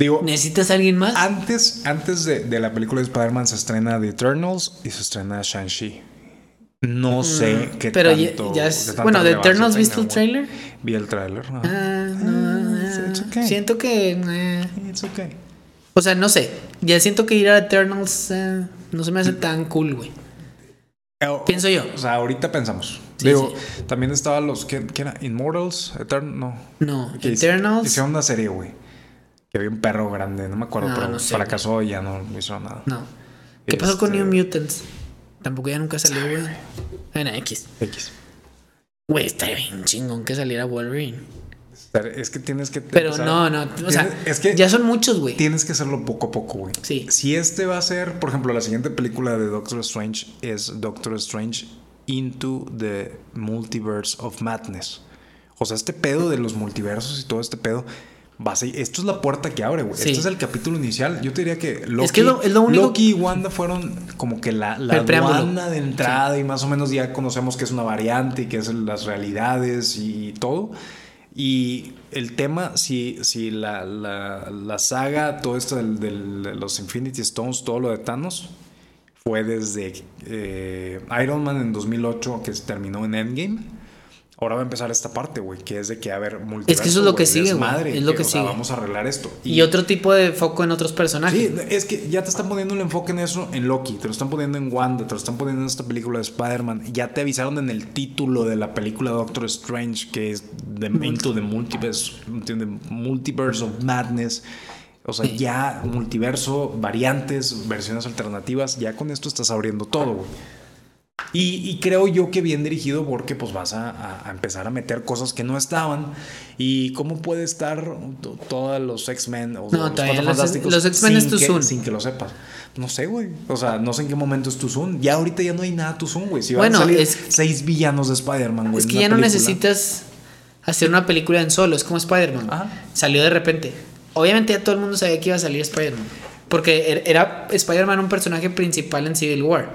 Digo, ¿Necesitas a alguien más? Ah, antes, antes de, de la película de Spider-Man se estrena The Eternals y se estrena Shang-Chi. No sé qué pero ya- tanto. ya es- qué tanta bueno, The relevancia Eternals, ¿viste tenga, el güey. trailer? Vi el trailer. ajá. Ah, no, Ah, ah, it's okay. Siento que... eh, It's okay. o sea, no sé. Ya siento que ir a Eternals eh, no se me hace tan cool, güey. Eh, Pienso yo. O sea, ahorita pensamos. Sí, Digo, también estaban los. ¿qué, qué era? ¿Immortals? Etern no. No, Que hice- Eternals... Hicieron una serie, güey. Que había un perro grande, no me acuerdo, No, pero Ah, no sé, fracasó y ya no hicieron nada. No. ¿Qué pasó con Este- New Mutants? Tampoco ya nunca salió, güey. Bueno, X. X. Güey, estaría bien chingón que saliera Wolverine. Pero Es que tienes que. Pero o sea, no, no. O sea, tienes- es que ya son muchos, güey. tienes que hacerlo poco a poco, güey. Sí. Si este va a ser, por ejemplo, la siguiente película de Doctor Strange es Doctor Strange Into the Multiverse of Madness. O sea, este pedo de los multiversos y todo este pedo. Va a ser- esto es la puerta que abre, güey. Sí. Este es el capítulo inicial. Yo te diría que Loki, Es que es lo- es lo único- Loki y Wanda fueron como que la, la El preámbulo. aduana de entrada y más o menos ya conocemos que es una variante y que es las realidades y todo. Y el tema, si, si la, la, la saga, todo esto del- del- de los Infinity Stones, todo lo de Thanos, fue desde eh, Iron Man en 2008 que se terminó en Endgame. Ahora va a empezar esta parte, güey, que es de que, a ver, multiverso, eso es lo que güey, sigue, güey. desmadre, Es lo que o sea, sigue. vamos a arreglar esto. y, otro tipo de foco en otros personajes. Sí, es que ya te están poniendo el enfoque en eso en Loki, te lo están poniendo en Wanda, te lo están poniendo en esta película de Spider-Man. Ya te avisaron en el título de la película Doctor Strange que es The Into the Multiverse, into the Multiverse of Madness. O sea, ya multiverso, variantes, versiones alternativas, ya con esto estás abriendo todo, güey. Y, y creo yo que bien dirigido porque pues vas a- a, a empezar a meter cosas que no estaban. ¿Y cómo puede estar to- todos los X-Men o No, los todavía Cuatro los- Fantásticos los X-Men es sin tu que- Zoom. Sin que lo sepas. No sé, güey. O sea, no sé en qué momento es tu Zoom. Ya ahorita ya no hay nada tu Zoom, güey. Si van Bueno, a salir es- seis villanos de Spider-Man, güey. es en que una ya no película. necesitas hacer una película en solo. Es como Spider-Man. Ajá. Salió de repente. Obviamente ya todo el mundo sabía que iba a salir Spider-Man. Porque er- era Spider-Man un personaje principal en Civil War.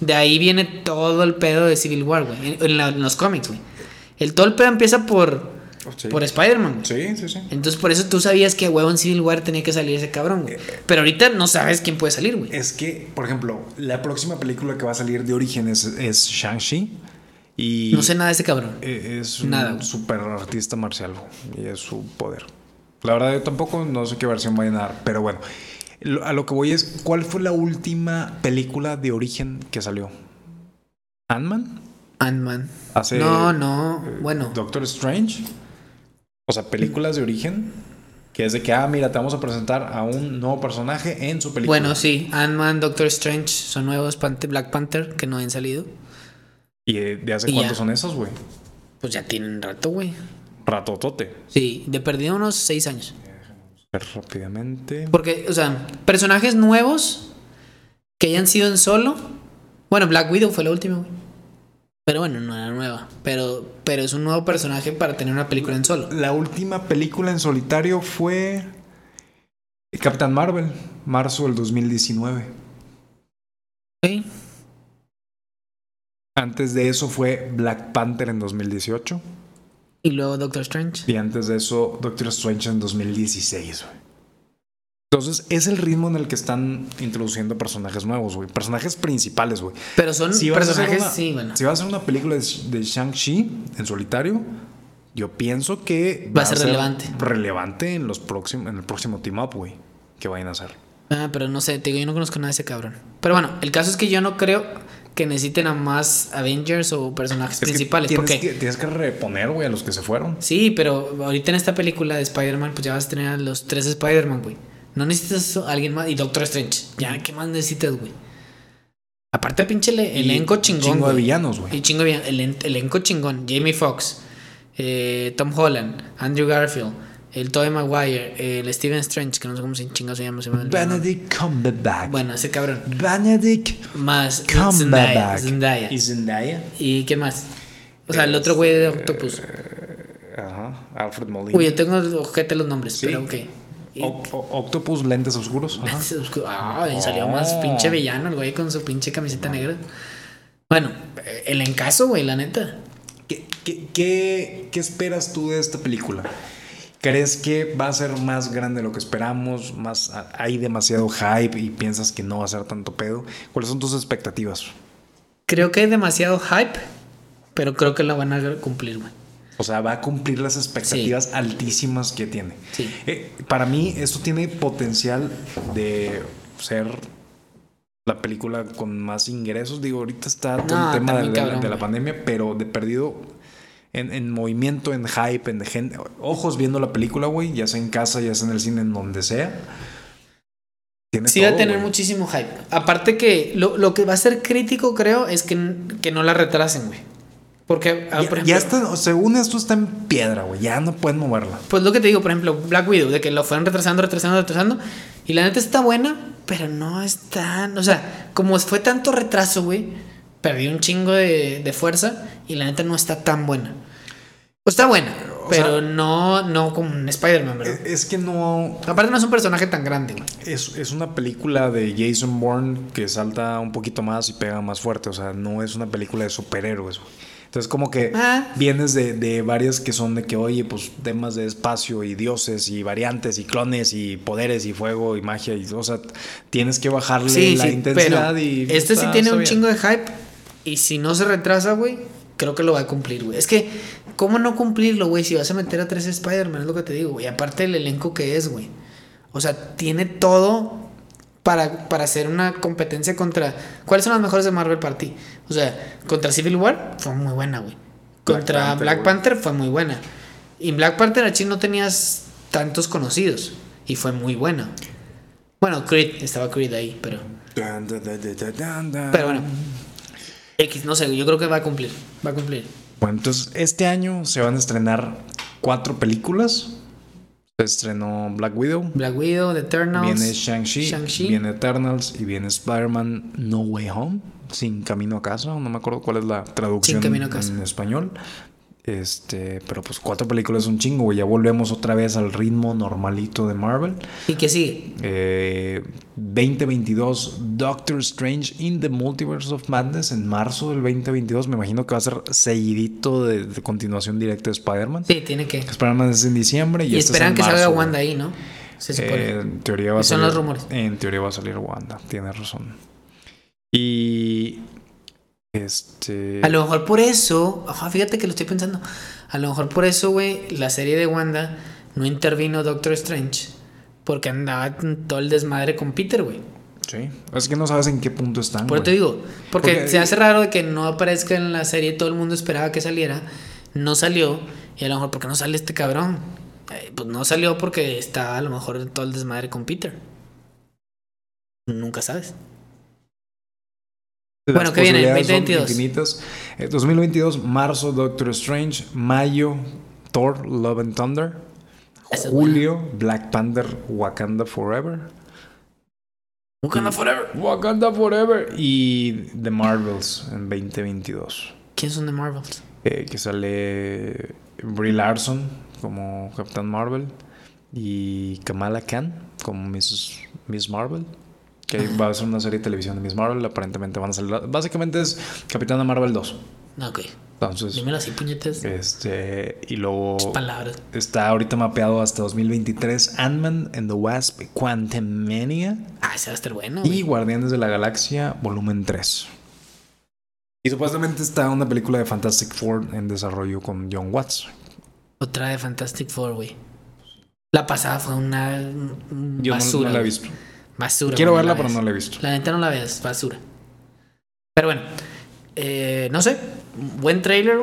De ahí viene todo el pedo de Civil War, güey. En, en la- en los cómics, güey. El, todo el pedo empieza por, Sí. por Spider-Man, güey. Sí, sí, sí. Entonces por eso tú sabías que huevo en Civil War tenía que salir ese cabrón, güey. Eh, Pero ahorita no sabes quién puede salir, güey. Es que, por ejemplo, la próxima película que va a salir de origen es, es Shang-Chi. Y No sé nada de ese cabrón. Eh, Es un Nada, güey. super artista marcial güey, y es su poder. La verdad, yo tampoco no sé qué versión vayan a dar, pero bueno. Lo- A lo que voy es, ¿cuál fue la última película de origen que salió? ¿Ant-Man? Ant-Man. Hace- No, no. Bueno. ¿Doctor Strange? O sea, películas de origen que es de que, ah, mira, te vamos a presentar a un nuevo personaje en su película. Bueno, sí. Ant-Man, Doctor Strange son nuevos. Pante- Black Panther que no han salido. ¿Y eh, de hace Y ya. cuánto son esos, güey? Pues ya tienen rato, güey. Ratotote. Sí, de perdido unos seis años. Rápidamente. Porque, o sea, personajes nuevos que hayan sido en solo. Bueno, Black Widow fue la última, güey. Pero bueno, no era nueva. Pero, pero es un nuevo personaje para tener una película en solo. La última película en solitario fue Captain Marvel, marzo del 2019. Ok. Antes de eso fue Black Panther en 2018. Y luego Doctor Strange. Y antes de eso Doctor Strange en 2016. güey. Entonces es el ritmo en el que están introduciendo personajes nuevos, güey. Personajes principales, güey. Pero son Si vas a hacer personajes, una- sí, bueno. si vas a hacer una película de, de Shang-Chi en solitario, yo pienso que Va a ser relevante. Relevante en, los próximos, en el próximo team up, güey. Que vayan a hacer. Ah, pero no sé, te digo, yo no conozco nada de ese cabrón. Pero bueno, el caso es que yo no creo que necesiten a más Avengers o personajes Es que principales. tienes Porque que, tienes que reponer, güey, a los que se fueron. sí, pero ahorita en esta película de Spider-Man, pues ya vas a tener a los tres Spider-Man, güey. No necesitas a alguien más. Y Doctor Strange. Ya, ¿qué más necesitas, güey? Aparte, pinche ele- elenco chingón. Chingo de güey. villanos, güey. Y chingo bien, el en- elenco chingón. Jamie Foxx, eh, Tom Holland, Andrew Garfield, el Tobey Maguire, el Steven Strange, que no sé cómo se chinga se llama. se me olvidó el nombre. Benedict Cumberbatch. Bueno, ese cabrón. Benedict Más Zendaya, Cumberbatch. Zendaya. ¿Y Zendaya? ¿Y qué más? O sea, el otro güey de Octopus. Ajá. Alfred Molina. Uy, yo tengo ojete los nombres, Sí. pero ok. O- o- octopus, lentes oscuros. ajá. <laughs> Se oscu- Ah, y salió más Oh. pinche villano el güey con su pinche camiseta negra. Bueno, eh, el encaso, güey, la neta. ¿Qué, qué, qué- qué esperas tú de esta película? ¿Crees que va a ser más grande de lo que esperamos? Más, a- ¿Hay demasiado hype y piensas que no va a ser tanto pedo? ¿Cuáles son tus expectativas? Creo que hay demasiado hype, pero creo que la van a cumplir, güey. O sea, va a cumplir las expectativas altísimas que tiene. Sí. Eh, para mí, esto tiene potencial de ser la película con más ingresos. Digo, ahorita está todo No, el tema está de, muy de la- cabrón, de la güey. pandemia, pero de perdido en, en movimiento, en hype, en gente. Ojos viendo la película, güey, ya sea en casa, ya sea en el cine, en donde sea. Tiene Sí va a todo, tener güey. muchísimo hype. Aparte que lo, lo que va a ser crítico, creo, es que, n- que no la retrasen, güey. Porque, ah, Ya, por ya ejemplo, está, según esto está en piedra, güey. Ya no pueden moverla. Pues lo que te digo, por ejemplo, Black Widow, de que lo fueron retrasando, retrasando, retrasando. Y la neta está buena, pero no es tan. O sea, como fue tanto retraso, güey, perdió un chingo de, de fuerza y la neta no está tan buena. O está buena, O pero sea- eh, no, no como un Spider-Man, Es- ¿verdad? es que no. Aparte, no es un personaje tan grande, güey. Es, es una película de Jason Bourne que salta un poquito más y pega más fuerte. O sea, no es una película de superhéroes, güey. Entonces, como que Ah. vienes de, de varias que son de que, oye, pues temas de espacio y dioses y variantes y clones y poderes y fuego y magia. Y, o sea, tienes que bajarle Sí, la sí, intensidad. pero y este sí está- tiene está un bien. chingo de hype y si no se retrasa, güey, creo que lo va a cumplir, güey. Es que, ¿cómo no cumplirlo, güey? Si vas a meter a tres Spider-Man, es lo que te digo, güey. Aparte el elenco que es, güey. O sea, tiene todo para, para hacer una competencia contra... ¿Cuáles son las mejores de Marvel para ti? O sea, contra Civil War fue muy buena, güey. Contra Panther, Black güey. Panther fue muy buena. Y en Black Panther, a Chile no tenías tantos conocidos. Y fue muy buena. Bueno, Creed, estaba Creed ahí, pero... Tan, tan, tan, tan, tan, tan. Pero bueno. X, no sé, yo creo que va a cumplir. Va a cumplir. Bueno, entonces este año se van a estrenar cuatro películas. Se estrenó Black Widow, Black Widow, The Eternals. Viene Shang-Chi, Shang-Chi. viene Eternals y viene Spider-Man No Way Home, Sin Camino a Casa, no me acuerdo cuál es la traducción Camino a Casa. en español. Este, pero pues cuatro películas es un chingo, güey. Ya volvemos otra vez al ritmo normalito de Marvel. ¿Y qué sigue? Eh, 2022, Doctor Strange in the Multiverse of Madness en marzo del 2022. Me imagino que va a ser seguidito de, de continuación directa de Spider-Man. Sí, tiene que. Spider-Man es en diciembre y, Y, este es esperan en que marzo, salga güey. Wanda ahí, ¿no? Se supone. Eh, en teoría va a Son salir, los rumores. En teoría va a salir Wanda, tienes razón. Y. Este. a lo mejor por eso. ajá, fíjate que lo estoy pensando. A lo mejor por eso, güey, la serie de Wanda no intervino Doctor Strange. Porque andaba con todo el desmadre con Peter, güey. Sí. Es que no sabes en qué punto están. Por eso te güey. digo, porque, Porque- se hace raro de que no aparezca en la serie, todo el mundo esperaba que saliera, no salió, y a lo mejor, ¿por qué no sale este cabrón? Eh, pues no salió porque está a lo mejor en todo el desmadre con Peter. Nunca sabes. Las Bueno, ¿qué viene? posibilidades son 2022. infinitas. Eh, 2022, marzo, Doctor Strange. Mayo, Thor, Love and Thunder. Esa es Julio, Black Panther, Wakanda Forever. Wakanda Forever. Wakanda Forever. Y The Marvels en 2022. ¿Quiénes son de Marvels? eh, que sale Brie Larson como Capitán Marvel y Kamala Khan como Miss, Miss Marvel. Que va a ser una serie de televisión de Miss Marvel. Aparentemente van a salir. Básicamente es Capitana Marvel 2. No, ok. Entonces, Dímelo así, puñetes. este. Y luego. Palabras. Está ahorita mapeado hasta 2023. Ant-Man and the Wasp, Quantumania Ah, ese va a estar bueno. y güey. Guardianes de la Galaxia, volumen 3. Y supuestamente está una película de Fantastic Four en desarrollo con John Watts. Otra de Fantastic Four, güey. La pasada fue una mm, Yo no- basura. no, la he güey. visto. Basura. Quiero güey, verla, la pero ves. no la he visto. La neta no la veas, basura. Pero bueno, eh, no sé, buen trailer.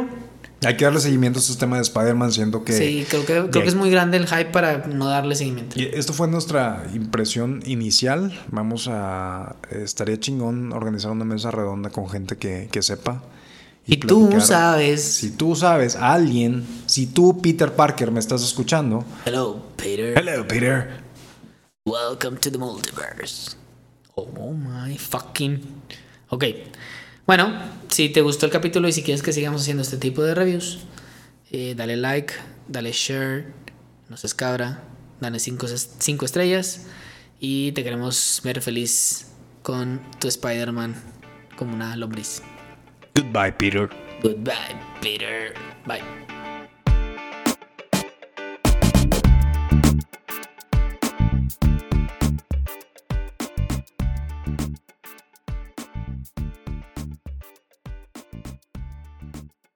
Hay que darle seguimiento a este tema de Spider-Man, siento que... Sí, creo que, creo Bien. que es muy grande el hype para no darle seguimiento. Y esto fue nuestra impresión inicial. Vamos a... Estaría chingón organizar una mesa redonda con gente que, que sepa. Y tú platicar. sabes. Si tú sabes, alguien, si tú, Peter Parker, me estás escuchando. Hello, Peter. Hello, Peter. Welcome to the multiverse. Oh my fucking. Ok. Bueno, si te gustó el capítulo y si quieres que sigamos haciendo este tipo de reviews, eh, dale like, dale share, no seas cabra, danos cinco, es- cinco estrellas y te queremos ver feliz con tu Spider-Man como una lombriz. Goodbye, Peter. Goodbye, Peter. Bye.